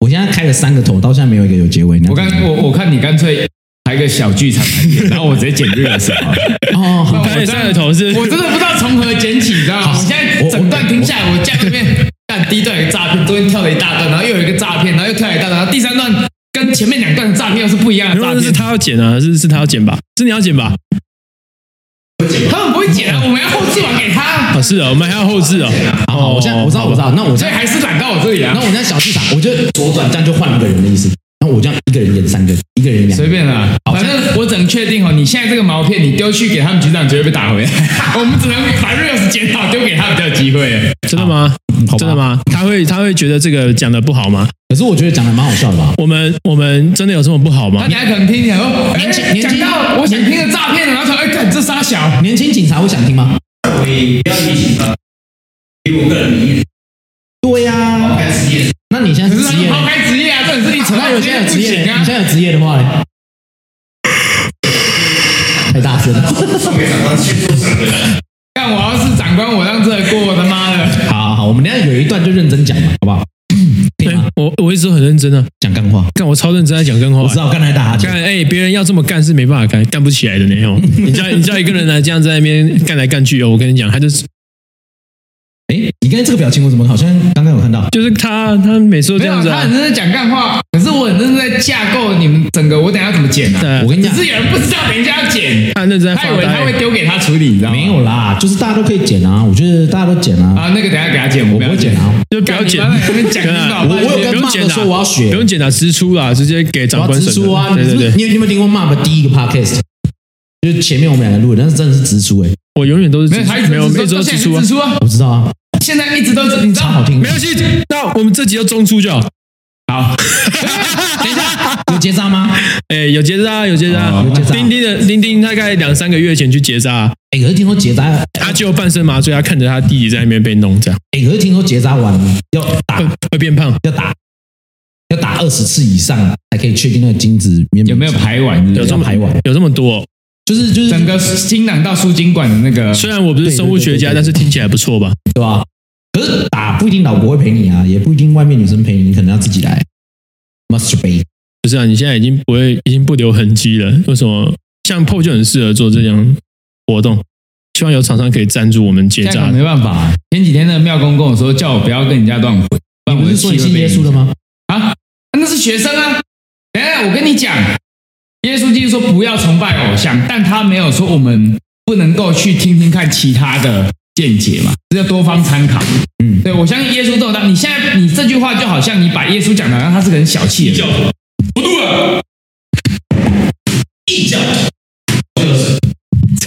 Speaker 2: 我现在开了三个头，到现在没有一个有结尾。你要
Speaker 3: 我刚
Speaker 2: 怎么
Speaker 3: 我我看你干脆来个小剧场来演，然后我直接剪 r e 什么？
Speaker 2: 哦，好
Speaker 1: 拍三个头是
Speaker 3: 我真的不知道从何剪起，你知道吗？我现在整段听下来，我家里面干第一段有诈骗，中间跳了一大段，然后又有一个诈骗，然后又跳了一大段，然后第三段跟前面两段的诈骗又是不一样的
Speaker 1: 没有，
Speaker 3: 诈
Speaker 1: 那是
Speaker 3: 骗。
Speaker 1: 他要剪啊，是是他要剪吧？是你要剪吧？
Speaker 3: 他们不会剪啊，我们要后置完给他，
Speaker 1: 啊，是啊，我哦们还要后置哦。
Speaker 2: 好好，我现在我知道我知道，那我
Speaker 3: 所
Speaker 2: 现
Speaker 3: 以
Speaker 2: 在
Speaker 3: 还是揽到我这里啊
Speaker 2: 那。我现在小剧场，我就左转这样就换一个人的意思，然后我这样一个人演三个，一个人演两个
Speaker 3: 随。便啦，
Speaker 2: 好
Speaker 3: 反正我只能确定哦，你现在这个毛片你丢去给他们局长，绝对被打 回来。我们只能把 reels 剪好丢给他们才有机会。
Speaker 1: 真的吗
Speaker 2: 好吧？
Speaker 1: 真的吗？他会他会觉得这个讲的不好吗？
Speaker 2: 可是我觉得讲的蛮好笑的吧？
Speaker 1: 我们我们真的有这么不好
Speaker 3: 他
Speaker 1: 吗
Speaker 3: 等？下可能听起来哦，哎
Speaker 2: 年轻年轻
Speaker 3: 讲到我想听的诈骗了，然后说哎，干这仨小，
Speaker 2: 年轻警察会想听吗？对呀、那你现在
Speaker 3: 可
Speaker 2: 是
Speaker 3: 是他
Speaker 2: 职业
Speaker 3: 们
Speaker 2: 嘞，
Speaker 3: 抛开职业啊，这也是你扯
Speaker 2: 那
Speaker 3: 到
Speaker 2: 有现在有职业嘞，
Speaker 3: 不行
Speaker 2: 你
Speaker 3: 啊
Speaker 2: 现。在有职业的话嘞，太大声了。
Speaker 3: 干我要是长官，我让这个过，我他妈的，
Speaker 2: 好好好，我们等一下有一段就认真讲嘛，好不好？可以
Speaker 1: 对
Speaker 2: 吗？，
Speaker 1: 我我一直都很认真啊，
Speaker 2: 讲干话，
Speaker 1: 干我超认真在讲跟话
Speaker 2: 我。知道刚才打哈欠
Speaker 1: 干，哎，别人要这么干是没办法干，干不起来的那种。你叫你叫一个人来这样在那边干来干去哦，我跟你讲，他就是
Speaker 2: 哎，你刚才这个表情我怎么好像刚刚有看到？
Speaker 1: 就是他，他每次都
Speaker 3: 没
Speaker 1: 这
Speaker 3: 有
Speaker 1: 样，子
Speaker 3: 他很
Speaker 1: 啊。
Speaker 3: 认真讲干话，可是我很认真在架构你们整个，我等一下怎么剪啊呢？
Speaker 1: 对啊
Speaker 2: 我跟你
Speaker 3: 只
Speaker 2: 讲，
Speaker 3: 是有人不知道，等一下要剪，
Speaker 1: 他很认真在
Speaker 3: 他以
Speaker 1: 发
Speaker 3: 为他会
Speaker 1: 呆。
Speaker 3: 丢给他处理，你知道吗？
Speaker 2: 没有啦，就是大家都可以剪啊，我觉得大家都剪啊，
Speaker 3: 啊，那个等一下给他剪，我
Speaker 2: 我不会剪啊。
Speaker 1: 就不要剪，
Speaker 3: 干你妈在那边讲
Speaker 1: 对啊
Speaker 3: 领 导
Speaker 2: 我我有
Speaker 1: 不
Speaker 2: 跟
Speaker 1: 用
Speaker 2: 骂
Speaker 1: 剪
Speaker 2: 的
Speaker 1: 啦
Speaker 2: 说我要学
Speaker 1: 不，用剪了，支出啦，直接给
Speaker 2: 我
Speaker 1: 长
Speaker 2: 要
Speaker 1: 官
Speaker 2: 直
Speaker 1: 审
Speaker 2: 出啊！
Speaker 1: 核。
Speaker 2: 你
Speaker 1: 对
Speaker 2: 是
Speaker 1: 对
Speaker 2: 不是
Speaker 1: 对，
Speaker 2: 你有你有没有听过 MAP 的第一个 podcast？就是前面我们两个录的，但是真的是直出哎、
Speaker 1: 我永远都是
Speaker 3: 没
Speaker 1: 支
Speaker 3: 有，
Speaker 1: 出
Speaker 3: 他一直
Speaker 1: 没有，
Speaker 3: 一
Speaker 1: 一直
Speaker 3: 直
Speaker 1: 都支
Speaker 3: 现
Speaker 1: 出
Speaker 3: 在
Speaker 1: 啊
Speaker 3: 支。出啊，
Speaker 2: 我知道啊，
Speaker 3: 现在一直都是，你知
Speaker 2: 超
Speaker 3: 道
Speaker 2: 好听，
Speaker 1: 没关系，那我们这集就中出就好。
Speaker 3: 好，
Speaker 2: 有结扎 吗？
Speaker 1: 哎、有结扎，有结扎
Speaker 2: 哦有结，扎
Speaker 1: 丁丁的丁丁大概两三个月前去结扎，啊
Speaker 2: 哎、可是听说结扎，哎、
Speaker 1: 他就半身麻醉，他看着他弟弟在那边被弄，这样
Speaker 2: 可是听说结扎完要打
Speaker 1: 会会变胖。
Speaker 2: 要打要打二十次以上才可以确定那个精子面
Speaker 3: 有没有排完是不
Speaker 1: 有
Speaker 3: 是
Speaker 1: 这么
Speaker 2: 排完
Speaker 1: 有这么多哦、
Speaker 2: 就是就是
Speaker 3: 整个新朗到输精管的那个，
Speaker 2: 啊
Speaker 1: 虽然我不是生物学家，
Speaker 2: 对对对对对
Speaker 1: 但是听起来不错吧？
Speaker 2: 对吧？可是打不一定老婆会陪你啊，也不一定外面女生陪你，你可能要自己来。masturbate
Speaker 1: 不是啊，你现在已经不会，已经不留痕迹了。为什么像 PO 就很适合做这样活动？希望有厂商可以赞助我们结
Speaker 3: 现在
Speaker 1: 扎
Speaker 3: 可能。没办法。啊前几天那个妙公跟我说，叫我不要跟人家乱混，不
Speaker 2: 你
Speaker 3: 然我
Speaker 2: 不
Speaker 3: 的
Speaker 2: 是说你
Speaker 3: 气会
Speaker 2: 信
Speaker 3: 被
Speaker 2: 耶稣
Speaker 3: 影
Speaker 2: 的
Speaker 3: 响
Speaker 2: 吗？
Speaker 3: 啊？那是学生啊！等一下我跟你讲，耶稣基督说不要崇拜偶像，但他没有说我们不能够去听听看其他的见解嘛，这叫多方参考。
Speaker 2: 嗯，
Speaker 3: 对，我相信耶稣都有道。你现在你这句话就好像你把耶稣讲的，像他是个很小气的人。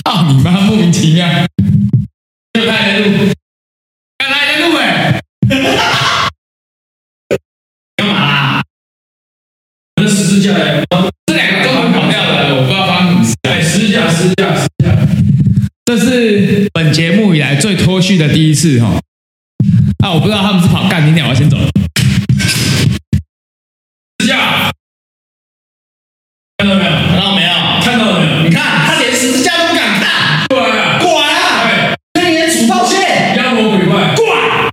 Speaker 3: 操你妈！莫名其妙，又他来录，干他来录哎！干嘛啦？
Speaker 4: 那十字架来，
Speaker 3: 这两个都很搞笑的，我不知道发生什么事。哎
Speaker 4: 来十字架，十字架，十字架。
Speaker 3: 这是本节目以来最脱序的第一次哈。啊，我不知道他们是跑干你鸟，我要先走了。
Speaker 4: 支架，看到没有？看到没有？看到了没有？你看他连十字架都不敢看，过来啊，过来啊！那你连主道歉，妖魔鬼怪，过来，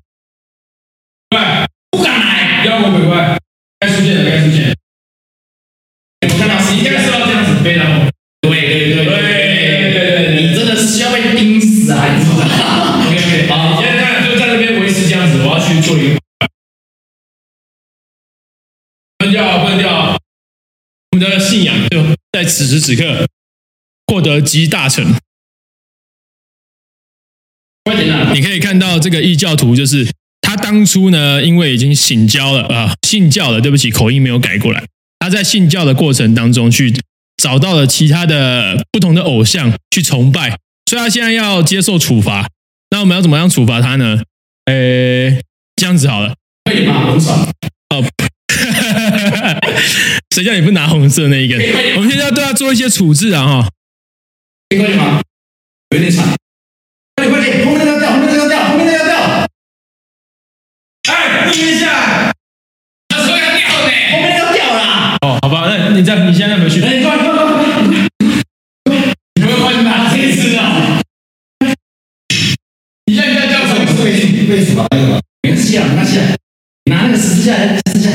Speaker 4: 过来，不敢来，妖魔鬼怪，该出现了，该出现了。哎我看到是应该是要这样子飞的哦，对对对对对对对，你真的是要被盯死啊！你知道 吗？OK，好，现在就在那边维持这样子，我要去做一个。不能掉啊，不能掉啊！
Speaker 1: 我们的信仰就在此时此刻获得极大成。
Speaker 4: 快点啊！
Speaker 1: 你可以看到这个异教徒，就是他当初呢，因为已经信教了啊、信教了，对不起，口音没有改过来。他在信教的过程当中，去找到了其他的不同的偶像去崇拜，所以他现在要接受处罚。那我们要怎么样处罚他呢？呃，这样子好了，
Speaker 4: 可以吗？很爽。
Speaker 1: 谁叫你不拿红色那一根？我们现在要对他做一些处置啊！哈，
Speaker 4: 可以吗？有点惨。快点快点，后面那个掉，后面那个掉，后面那个掉。哎，你一下，
Speaker 3: 他说要掉呢。
Speaker 4: 后面那个掉啦。
Speaker 1: 哦，好吧，那你再你现在回去
Speaker 4: 哎，你快快快快！
Speaker 3: 你会帮你拿这只啊？你让人家叫什么？
Speaker 4: 为什么？没关系啊，没关系啊。拿那个十字架，十字架。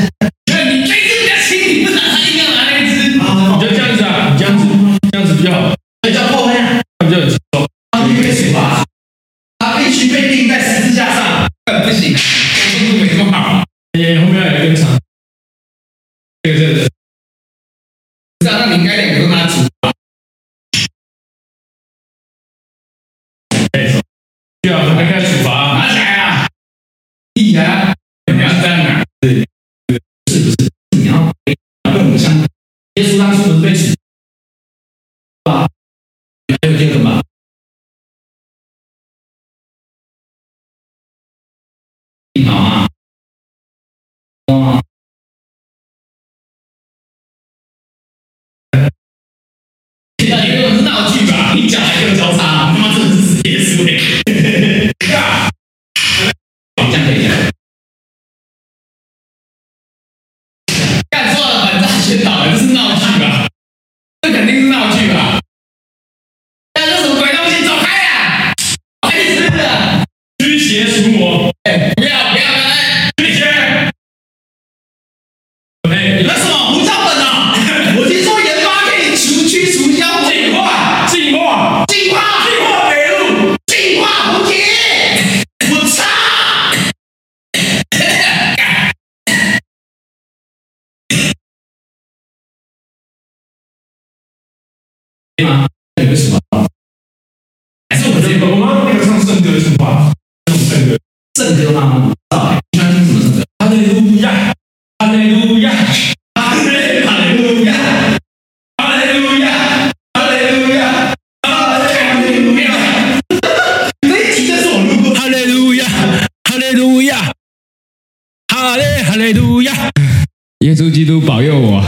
Speaker 3: 哎你这只比较轻，你不拿它，硬要拿那只。
Speaker 4: 啊，
Speaker 1: 就这样子啊，你这样子，这样子比较好，
Speaker 3: 哎
Speaker 4: 你叫破坏啊！
Speaker 1: 比较有轻松。
Speaker 4: 他必须被处罚，他必须被钉在十字架上。
Speaker 3: 不行，速度没那么好。
Speaker 1: 哎，后面还有一根长。
Speaker 3: 这个这个。不是啊，那你应该两个都拿主。
Speaker 1: 对啊，我们开始处罚。
Speaker 3: 拿起来啊！立起来啊！你要这样拿。
Speaker 4: 你要跟我相信，耶稣当初不是被处罚？还有第二个吧？你好啊，哇！你到底用的是闹剧吧？你脚还给我交叉，他妈真的是直接输哎！这样可以，这样
Speaker 3: 干错了，反诈宣导，这是闹剧吧？这肯定是闹剧吧？干这什么鬼东西？走开啊！白痴啊！
Speaker 4: 驱邪除魔，
Speaker 3: 不要不要！哎
Speaker 4: 驱邪。哎，那什么护照本啊？ 我听说研发可以除驱除妖精，净化，净化，净化，净化北路，净化蝴蝶。我 操！吗？那你为什么？还是我直接
Speaker 5: 我们那个唱圣歌的什么？圣歌，
Speaker 4: 正歌吗？不知道，你喜欢听什么正歌？
Speaker 5: 哈利路亚，哈利路亚，
Speaker 4: 哈利路亚，
Speaker 5: 哈利路亚，哈利路亚，
Speaker 4: 哈利路亚。这一集真是我录过
Speaker 1: 哈利路亚，哈利路亚，哈利哈利路亚，
Speaker 3: 耶稣基督保佑我。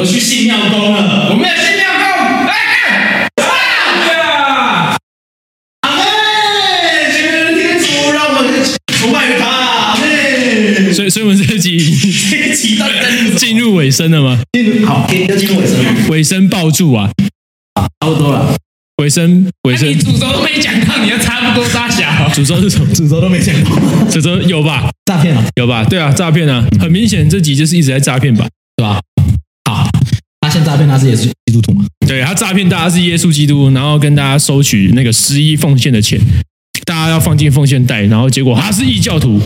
Speaker 4: 我去信庙宫了，我们要信庙宫，
Speaker 2: 哎
Speaker 4: 来干！阿门！全能天主，让我们崇拜他。阿门！
Speaker 1: 所以，所以我们这一集
Speaker 4: 这
Speaker 3: 哎
Speaker 4: 个期待真的
Speaker 1: 进入尾声了嘛？
Speaker 4: 进入好，可以要进入尾声了，
Speaker 1: 尾声抱住啊，
Speaker 4: 差不多了。
Speaker 1: 尾声尾
Speaker 3: 哎你
Speaker 1: 声，
Speaker 3: 主轴都没讲到，你要差不多大小。
Speaker 1: 诅咒是什么？
Speaker 2: 主轴都没讲过，
Speaker 1: 诅咒有吧？
Speaker 2: 诈骗啊，
Speaker 1: 有吧？对啊，诈骗啊，很明显这集就是一直在诈骗吧？
Speaker 2: 对吧？好，他先诈骗他自己是基督徒嘛？
Speaker 1: 对他诈骗大家是耶稣基督，然后跟大家收取那个十一奉献的钱，大家要放进奉献袋，然后结果他是异教徒，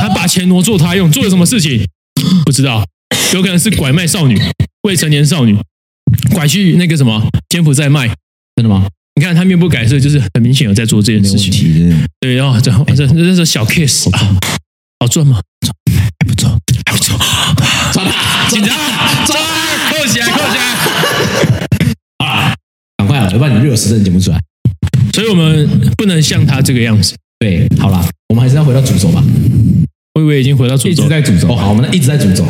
Speaker 1: 他把钱挪作他用，做了什么事情？不知道，有可能是拐卖少女、未成年少女，拐去那个什么柬埔寨卖。
Speaker 2: 真的吗？
Speaker 1: 你看他面不改色，就是很明显有在做这件
Speaker 2: 没有
Speaker 1: 事情。
Speaker 2: 问题，真的
Speaker 1: 对，然后这这这是小 case 啊，好赚吗？还不错，还 不错，
Speaker 2: 抓他，
Speaker 1: 紧张啊，抓啊，扣起来，扣起来。
Speaker 2: 赶快啊了，要不然你热死真的剪不出来。
Speaker 1: 所以我们不能像他这个样子。
Speaker 2: 对，好啦，我们还是要回到主轴吧。
Speaker 1: 我以为已经回到主
Speaker 3: 一
Speaker 1: 轴
Speaker 3: 直，在主
Speaker 2: 哦，
Speaker 3: 轴，
Speaker 2: 好，我们一直在主轴。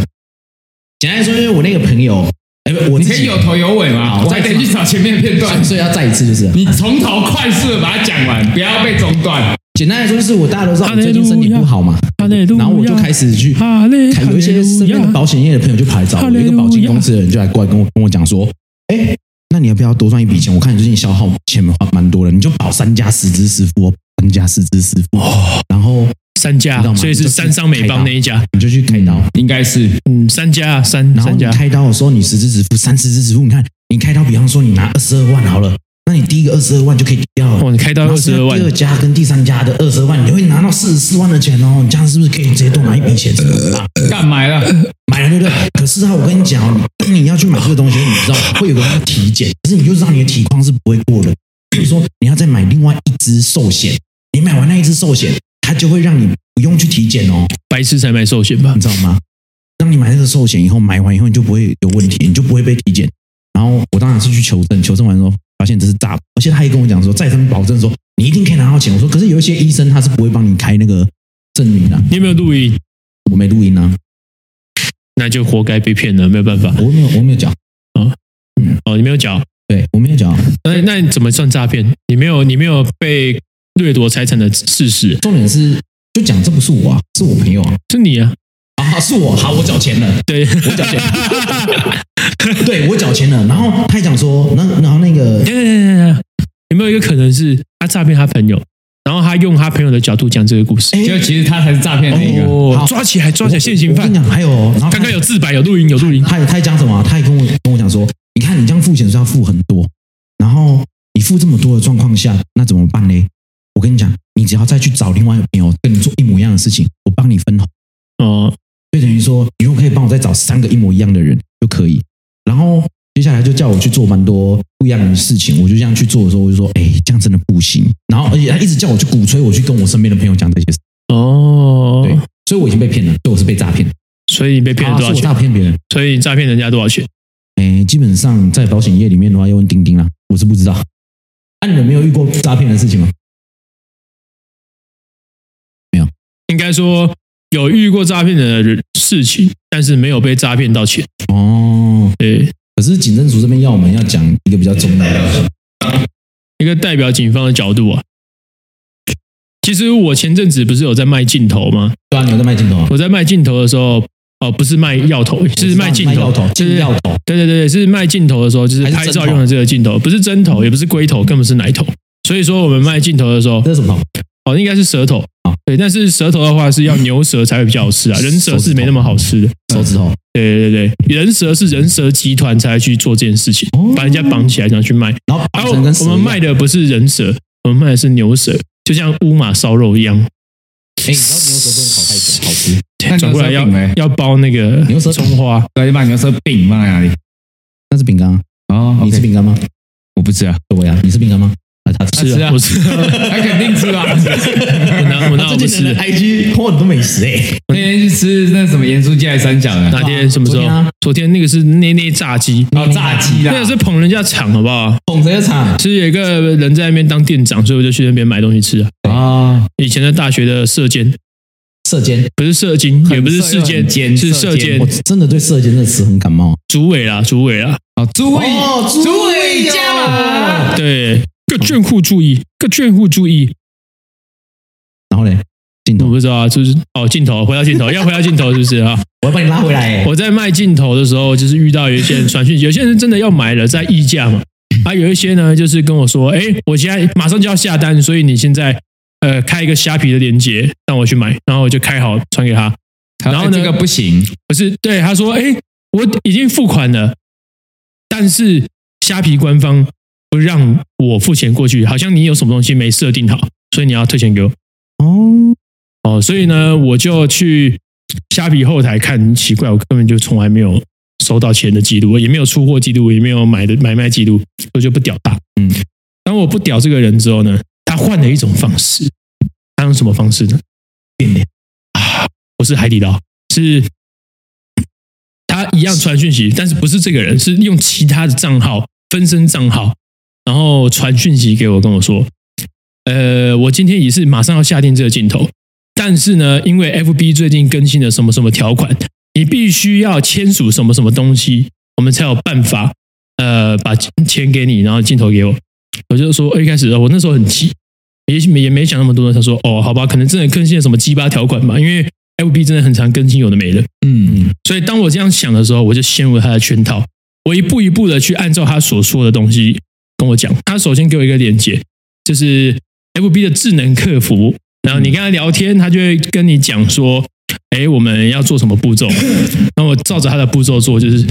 Speaker 2: 简单来说，因为我那个朋友，哎，不我
Speaker 3: 你
Speaker 2: 自
Speaker 3: 可以
Speaker 2: 己
Speaker 3: 有头有尾嘛？
Speaker 2: 好
Speaker 3: 我还得去找前面的片段
Speaker 2: 啊，，所以要再一次就是了。
Speaker 3: 你从头快速的把它讲完，不要被中断。
Speaker 2: 简单来说，就是我大家都知道我最近身体不好嘛，
Speaker 1: 哈利路亚
Speaker 2: 然后我就开始去，
Speaker 1: 哈利
Speaker 2: 看有一些身边的保险业的朋友就跑来找
Speaker 1: 哈
Speaker 2: 我，
Speaker 1: 利路
Speaker 2: 有
Speaker 1: 亚
Speaker 2: 一个保险公司的人就来过来跟我跟我讲说，哎，那你要不要多赚一笔钱？我看你最近消耗钱花蛮多的，你就保三家十支十付哦，三家十支十付，然后
Speaker 1: 三家
Speaker 2: 知道，吗
Speaker 1: 所以是三商美邦那一家。
Speaker 2: 你就去开刀。
Speaker 3: 应该是
Speaker 1: 嗯，三家三
Speaker 2: 然后
Speaker 1: 三
Speaker 2: 你
Speaker 1: 家，
Speaker 2: 开刀的时候，你十支支付三十支支付，你看你开刀，比方说你拿二十二万好了，那你第一个二十二万就可以抵掉了。
Speaker 1: 哦，你开到
Speaker 2: 然后
Speaker 1: 二十
Speaker 2: 剩下
Speaker 1: 二万
Speaker 2: 第，二家跟第三家的二十万，你会拿到四十四万的钱哦。你这样是不是可以直接多拿一笔钱？
Speaker 1: 呃
Speaker 2: 啊
Speaker 3: 干嘛了？
Speaker 2: 买了对不对？可是啊，我跟你讲哦，你你要去买这个东西，你知道会有个人体检，可是你就知道你的体况是不会过的。所以说你要再买另外一只寿险，你买完那一只寿险，它就会让你不用去体检哦，
Speaker 1: 白痴才买寿险吧
Speaker 2: 你？知道吗？让你买那个寿险以后，买完以后你就不会有问题，你就不会被体检。然后我当然是去求证，求证完之后发现这是诈，而且他也跟我讲说，再三保证说你一定可以拿到钱。我说可是有一些医生他是不会帮你开那个证明的、
Speaker 1: 你有没有录音？
Speaker 2: 我没录音啊，
Speaker 1: 那就活该被骗了，没有办法。
Speaker 2: 我没有我没有讲，嗯
Speaker 1: 哦，你没有缴，
Speaker 2: 对我没有讲。
Speaker 1: 那那你怎么算诈骗？你没有你没有被掠夺财产的事实，
Speaker 2: 重点是，就讲这不是我啊，是我朋友啊，
Speaker 1: 是你啊？
Speaker 2: 啊是我，好我缴钱了，
Speaker 1: 对，
Speaker 2: 我缴 钱了，对我缴钱了，然后他还讲说，那然后那个
Speaker 1: 等一下等一下等一下有没有一个可能是他诈骗他朋友，然后他用他朋友的角度讲这个故事？
Speaker 2: 哎
Speaker 3: 就其实他才是诈骗那个。
Speaker 1: 哦
Speaker 2: 好，
Speaker 1: 抓起来，抓起来，现行
Speaker 2: 我
Speaker 1: 犯
Speaker 2: 跟你！讲，还有，然后他
Speaker 1: 刚刚有自白，有录音，有录音。
Speaker 2: 他也他也讲什么啊、他也跟我跟我讲说，你看你这样付钱是要付很多，然后你付这么多的状况下，那怎么办嘞？我跟你讲，你只要再去找另外一个朋友跟你做一模一样的事情，我帮你分红。
Speaker 1: 哦，
Speaker 2: 就等于说，你如果可以帮我再找三个一模一样的人就可以。然后接下来就叫我去做蛮多不一样的事情，我就这样去做的时候，我就说，哎、这样真的不行。然后而且他一直叫我去鼓吹我去跟我身边的朋友讲这些事，
Speaker 1: 哦，
Speaker 2: 对，所以我已经被骗了，所以我是被诈骗，
Speaker 1: 所以你被骗了多少
Speaker 2: 啊是我
Speaker 1: 钱？
Speaker 2: 诈骗别人。
Speaker 1: 所以你诈骗人家多少钱？
Speaker 2: 哎、基本上在保险业里面的话，要问钉钉啦，我是不知道。那、你们没有遇过诈骗的事情吗？
Speaker 1: 应该说有遇过诈骗的人事情，但是没有被诈骗到钱。
Speaker 2: 哦，
Speaker 1: 对，
Speaker 2: 可是警政署这边要我们要讲一个比较重要的东西，
Speaker 1: 一个代表警方的角度啊。其实我前阵子不是有在卖镜头吗？
Speaker 2: 对啊，你有在卖镜头啊？
Speaker 1: 我在卖镜头的时候，哦，不是卖药头，是卖镜
Speaker 2: 药
Speaker 1: 头，
Speaker 2: 头，
Speaker 1: 就
Speaker 2: 进
Speaker 1: 是
Speaker 2: 药头，
Speaker 1: 对对对，对是卖镜头的时候，就是
Speaker 2: 还是
Speaker 1: 拍照
Speaker 2: 针头
Speaker 1: 用的这个镜头，不是针头，也不是龟头，更不是奶头。所以说我们卖镜头的时候，
Speaker 2: 这是什么头？
Speaker 1: 哦，应该是舌头
Speaker 2: 啊
Speaker 1: 对，但是舌头的话是要牛舌才会比较好吃啊，人舌是没那么好吃的。
Speaker 2: 手指头。
Speaker 1: 对对对，人蛇是人蛇集团才会去做这件事情，
Speaker 2: 哦
Speaker 1: 把人家绑起来然后去卖。
Speaker 2: 然后
Speaker 1: 然
Speaker 2: 绑
Speaker 1: 后
Speaker 2: 成跟蛇
Speaker 1: 我们
Speaker 2: 一样
Speaker 1: 卖的不是人蛇，我们卖的是牛舌，就像乌马烧肉一样，
Speaker 2: 哎，你知道牛舌不能烤太久，好 吃。
Speaker 3: 那
Speaker 1: 转过来
Speaker 3: 牛
Speaker 1: 要
Speaker 3: 舌饼嘞
Speaker 1: 要包那个
Speaker 2: 牛舌饼啊
Speaker 1: 葱花。
Speaker 3: 所以把牛舌饼放在哪里？
Speaker 2: 那是饼干啊，
Speaker 3: 哦
Speaker 2: 你吃饼干吗？
Speaker 3: 我不吃啊，
Speaker 2: 我呀，你吃饼干吗？啊，啊他吃。
Speaker 1: 是
Speaker 3: 吃啊
Speaker 1: 我吃啊，
Speaker 3: 他肯定吃啊。
Speaker 1: 我哪我哪有不吃？
Speaker 2: IG 破很多美食哎，
Speaker 3: 那天去吃那什么盐酥鸡还是三角的，
Speaker 1: 哪天什么时
Speaker 2: 昨天
Speaker 1: 候
Speaker 2: 啊？
Speaker 1: 昨天那个是捏捏炸鸡，
Speaker 3: 哦炸鸡啦
Speaker 1: 那，个是捧人家场好不好？
Speaker 2: 捧着场
Speaker 1: 其实有一个人在那边当店长，所以我就去那边买东西吃啊。
Speaker 3: 啊，
Speaker 1: 以前的大学的射箭，
Speaker 2: 射箭，
Speaker 1: 不是射精，也不是
Speaker 3: 色
Speaker 1: 射
Speaker 3: 又很
Speaker 1: 箭，
Speaker 3: 尖
Speaker 1: 是
Speaker 3: 射
Speaker 1: 射
Speaker 3: 箭
Speaker 1: 箭
Speaker 2: 我。真的对射箭这个词很感冒。
Speaker 1: 主委啦，主委啦，
Speaker 3: 哦，诸位
Speaker 2: 哦诸位
Speaker 3: 诸位加码，
Speaker 1: 对，各眷户注意，各眷户注意。
Speaker 2: 然后嘞，镜
Speaker 1: 我
Speaker 2: 头，
Speaker 1: 不知道啊，就是哦，镜头回到镜头，要回到镜头是不是 啊？
Speaker 2: 我要把你拉回来、欸。
Speaker 1: 我在卖镜头的时候，就是遇到有一些人传讯息，有些人真的要买了，在议价嘛。啊，有一些呢，就是跟我说，哎，我现在马上就要下单，所以你现在呃开一个虾皮的链接让我去买，然后我就开好传给他。然后呢
Speaker 3: 这个不行，
Speaker 1: 不是，对他说，哎，我已经付款了，但是虾皮官方不让我付钱过去，好像你有什么东西没设定好，所以你要退钱给我。
Speaker 2: 哦，
Speaker 1: 哦，所以呢，我就去虾皮后台看，奇怪，我根本就从来没有收到钱的记录，也没有出货记录，也没有买的买卖记录，我就不屌他。
Speaker 2: 嗯，
Speaker 1: 当我不屌这个人之后呢，他换了一种方式，他用什么方式呢？啊
Speaker 2: 变脸，
Speaker 1: 不是海底捞，是他一样传讯息，但是不是这个人，是用其他的账号分身账号，然后传讯息给我，跟我说，呃，我今天也是马上要下定这个镜头，但是呢，因为 FB 最近更新了什么什么条款，你必须要签署什么什么东西，我们才有办法呃把钱给你，然后镜头给我。我就说，呃一开始我那时候很急，也许没也没想那么多。他说，哦，好吧，可能真的更新了什么鸡巴条款吧，因为 FB 真的很常更新有的没的。
Speaker 3: 嗯，
Speaker 1: 所以当我这样想的时候，我就陷入他的圈套。我一步一步的去按照他所说的东西跟我讲。他首先给我一个链接，就是 FB 的智能客服，然后你跟他聊天，他就会跟你讲说：“哎，我们要做什么步骤？”然后我照着他的步骤做，就是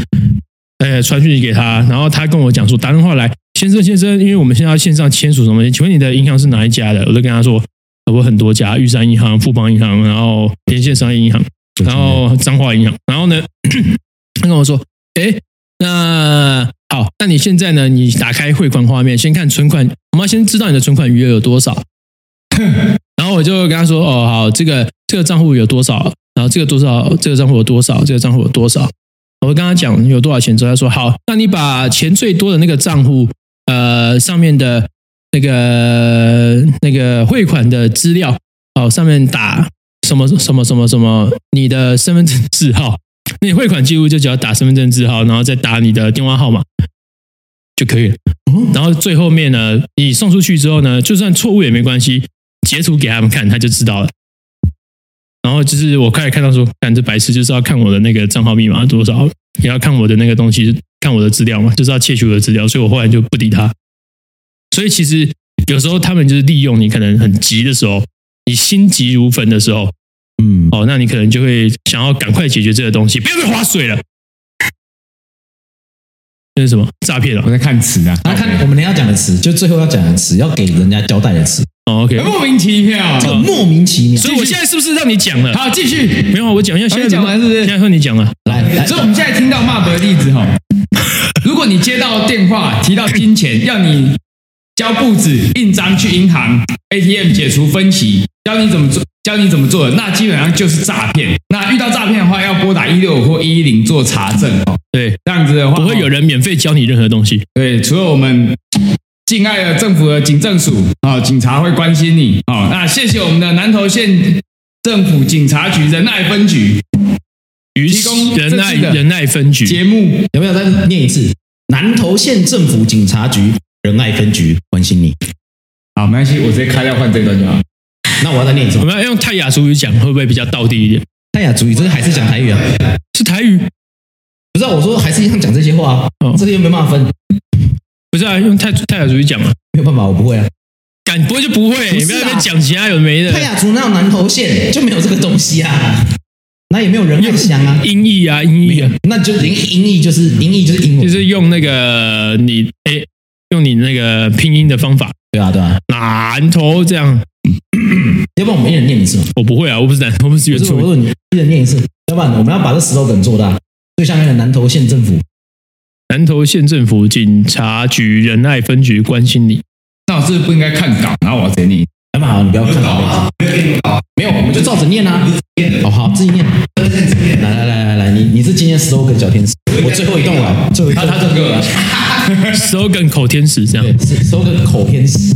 Speaker 1: 呃传讯息给他，然后他跟我讲说打电话来，先生先生，因为我们现在要线上签署什么东西，请问你的银行是哪一家的？我就跟他说。呃我很多家，玉山银行、富邦银行，然后连线商业银行，然后彰化银行，然后呢， 他跟我说，哎，那好，那你现在呢？你打开汇款画面，先看存款，我们要先知道你的存款余额有多少。然后我就跟他说，哦，好，这个这个账户有多少？然后这个多少？这个账户有多少？这个账户有多少？我跟他讲有多少钱之后，他说好，那你把钱最多的那个账户，呃，上面的那个那个汇款的资料，哦，上面打什么什么什么什么，你的身份证字号，那你汇款记录就只要打身份证字号，然后再打你的电话号码就可以了。嗯然后最后面呢，你送出去之后呢，就算错误也没关系，截图给他们看，他就知道了。然后就是我开始看到说，看这白痴就是要看我的那个账号密码多少，也要看我的那个东西，看我的资料嘛， 就是要窃取我的资料，所以我后来就不理他。所以其实有时候他们就是利用你可能很急的时候，你心急如焚的时候，
Speaker 2: 嗯，
Speaker 1: 哦，那你可能就会想要赶快解决这个东西，不要被划水了。那是什么诈骗
Speaker 3: 我
Speaker 1: 了？
Speaker 3: 在看词啊，
Speaker 2: 然后看我们等一下讲的词，就最后要讲的词，要给人家交代的词，
Speaker 1: 哦，OK。
Speaker 3: 莫名其妙啊
Speaker 2: 这。个莫名其妙。
Speaker 1: 所以我现在是不是让你讲了？
Speaker 3: 好，继续。
Speaker 1: 没有，啊我讲一下。现在
Speaker 3: 还没讲完是不是
Speaker 1: 现在换你讲了。
Speaker 2: 来来
Speaker 3: 所以我们现在听到骂的例子哈，如果你接到电话提到金钱，要你交簿子、印章去银行 ATM 解除分歧，教你怎么做，教你怎么做的，那基本上就是诈骗。那遇到诈骗的话，要拨打一六五或一一零做查证哦。
Speaker 1: 对，
Speaker 3: 这样子的话，
Speaker 1: 不会有人免费教你任何东西。
Speaker 3: 对，除了我们敬爱的政府的警政署啊、警察会关心你啊、那谢谢我们的南投县政府警察局仁爱分局
Speaker 1: 于
Speaker 3: 提供
Speaker 1: 仁爱
Speaker 3: 正式的
Speaker 1: 仁爱分局，
Speaker 3: 节目
Speaker 2: 有没有再念一次？南投县政府警察局仁爱分局关心你。
Speaker 3: 好，没关系，我直接开掉换这段就好。
Speaker 2: 那我要再念一次
Speaker 1: 我。们要用泰雅族语讲，会不会比较道地一点？
Speaker 2: 泰雅哎主语，这个还是讲台语啊？
Speaker 1: 是台语？
Speaker 2: 不是、啊，我说还是一样讲这些话啊。
Speaker 1: 哦
Speaker 2: 这个又没办法分，
Speaker 1: 不是啊，用泰泰雅族语讲啊。
Speaker 2: 没有办法，我不会啊。
Speaker 1: 敢不会就不会，
Speaker 2: 不是啊
Speaker 1: 你不要在那边讲其他有的没
Speaker 2: 泰
Speaker 1: 的
Speaker 2: 雅族哪有南投县就没有这个东西啊？那也没有仁爱乡啊。
Speaker 1: 音译啊，音译啊，
Speaker 2: 那就音音译就是音译就是英
Speaker 1: 就
Speaker 2: 文，
Speaker 1: 是用那个你哎，用你那个拼音的方法，
Speaker 2: 对啊对啊。
Speaker 1: 南头这样，
Speaker 2: 要不然我们一人念一次嘛。
Speaker 1: 我不会啊，我不是南，我不是
Speaker 2: 不
Speaker 1: 原
Speaker 2: 是
Speaker 1: 住
Speaker 2: 我
Speaker 1: 民，
Speaker 2: 说你一人念一次，要不然我们要把这 slogan 做大。最下面的南投县政府，
Speaker 1: 南头县政府警察局仁爱分局关心你。
Speaker 3: 那我是不是不应该看稿，然后我给你。
Speaker 2: 要不然好，你不要看稿啊，没有，我们就照着念啊。哦，好，自己念。来来来来来，你你是今天 slogan 小天使，我最后一栋了，最后一栋。
Speaker 3: 他这个
Speaker 1: slogan 口天使这样，
Speaker 2: 对是 slogan 口天使。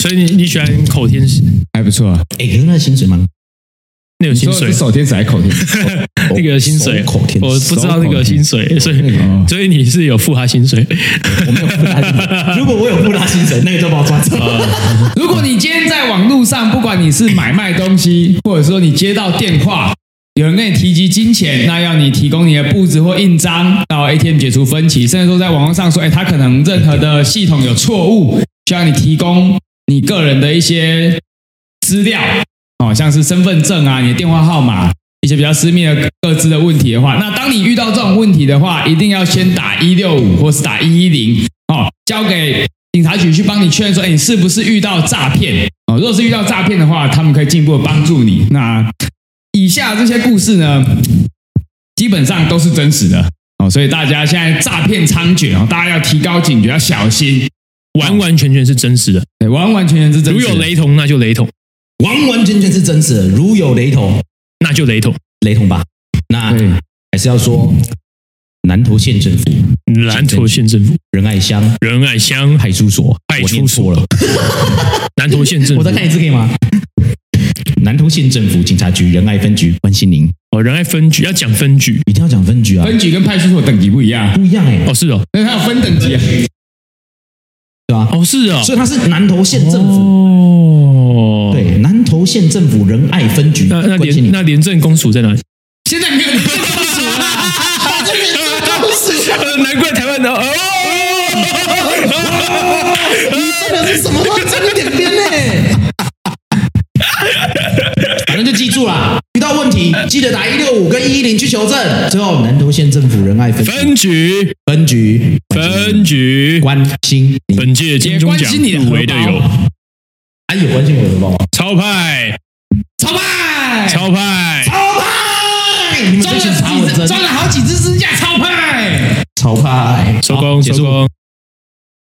Speaker 1: 所以你你喜欢口天使？
Speaker 3: 还不错啊，
Speaker 2: 哎，可是那薪水蛮
Speaker 1: 那有
Speaker 3: 你
Speaker 1: 薪
Speaker 3: 说的
Speaker 1: 水哦
Speaker 3: 是，手天使还是口天使？
Speaker 1: 那个有薪水
Speaker 2: 手口，天
Speaker 1: 我不知道那个有薪水，所以
Speaker 3: 哦
Speaker 1: 所以你是有付他薪水，
Speaker 2: 我没有付他薪水。如果我有付他薪水，那个就把我抓走。
Speaker 3: 如果你今天在网络上，不管你是买卖东西，或者说你接到电话，有人跟你提及金钱，那要你提供你的簿子或印章，到 ATM 解除分歧，甚至说在网络上说，哎，他可能任何的系统有错误，需要你提供你个人的一些资料，哦，像是身份证啊、你的电话号码。一些比较私密的各自的问题的话，那当你遇到这种问题的话，一定要先打一六五或是打一一零哦，交给警察局去帮你确认说，哎，你是不是遇到诈骗？哦，如果是遇到诈骗的话，他们可以进一步的帮助你。那以下这些故事呢，基本上都是真实的哦，所以大家现在诈骗猖獗哦，大家要提高警觉，要小心，
Speaker 1: 完完全全是真实的。
Speaker 3: 对，完完全全是真
Speaker 1: 如
Speaker 3: 实的。
Speaker 1: 有雷同，那就雷同，
Speaker 2: 完完全全是真实的，如有雷同，
Speaker 1: 那就雷同。
Speaker 2: 雷同吧。那
Speaker 3: 对
Speaker 2: 还是要说，南投县政府
Speaker 1: 南投县政府
Speaker 2: 仁爱乡
Speaker 1: 仁爱乡
Speaker 2: 派出所，
Speaker 1: 派
Speaker 2: 我
Speaker 1: 出
Speaker 2: 念错
Speaker 1: 所
Speaker 2: 了，，
Speaker 1: 南投县政
Speaker 2: 我
Speaker 1: 府
Speaker 2: 再看一次可以吗？南投县政府警察局仁爱分局关心您，
Speaker 1: 哦，仁爱分局要讲分局
Speaker 2: 一定要讲分局啊，
Speaker 3: 分局跟派出所等级不一样，
Speaker 2: 不一样哎、
Speaker 1: 哦，是哦，
Speaker 3: 因为它有分等级啊。
Speaker 2: 对吧、
Speaker 1: 哦是哦，
Speaker 2: 所以它是南投县政府，
Speaker 1: 哦，，
Speaker 2: 对，南投县政府仁爱分局
Speaker 1: 那那
Speaker 2: 关心
Speaker 1: 廉
Speaker 2: 您。
Speaker 1: 那廉政公署在哪里？
Speaker 3: 现在没有这个数了，
Speaker 1: 呃难怪台湾的哦。
Speaker 2: 反正就记住啦，遇到问题记得打一六五跟一一零去求证。最后，南投县政府仁爱分局
Speaker 1: 分局，分
Speaker 2: 分局
Speaker 1: 局，
Speaker 2: 关心您，
Speaker 1: 本届金钟奖入围的
Speaker 3: 也关心你的荷
Speaker 1: 有
Speaker 2: 还有哎关心我的包吗？
Speaker 1: 超派、
Speaker 3: 超 派，
Speaker 1: 超派、
Speaker 2: 超派，哎你们
Speaker 3: 装
Speaker 2: 这
Speaker 3: 了
Speaker 2: 群
Speaker 3: 几
Speaker 2: 超
Speaker 3: 只，
Speaker 2: 真
Speaker 3: 装了好几只支架，超派。
Speaker 2: 超派，
Speaker 1: 收
Speaker 2: 好
Speaker 1: 工
Speaker 2: 结
Speaker 1: 收
Speaker 2: 束
Speaker 1: 工。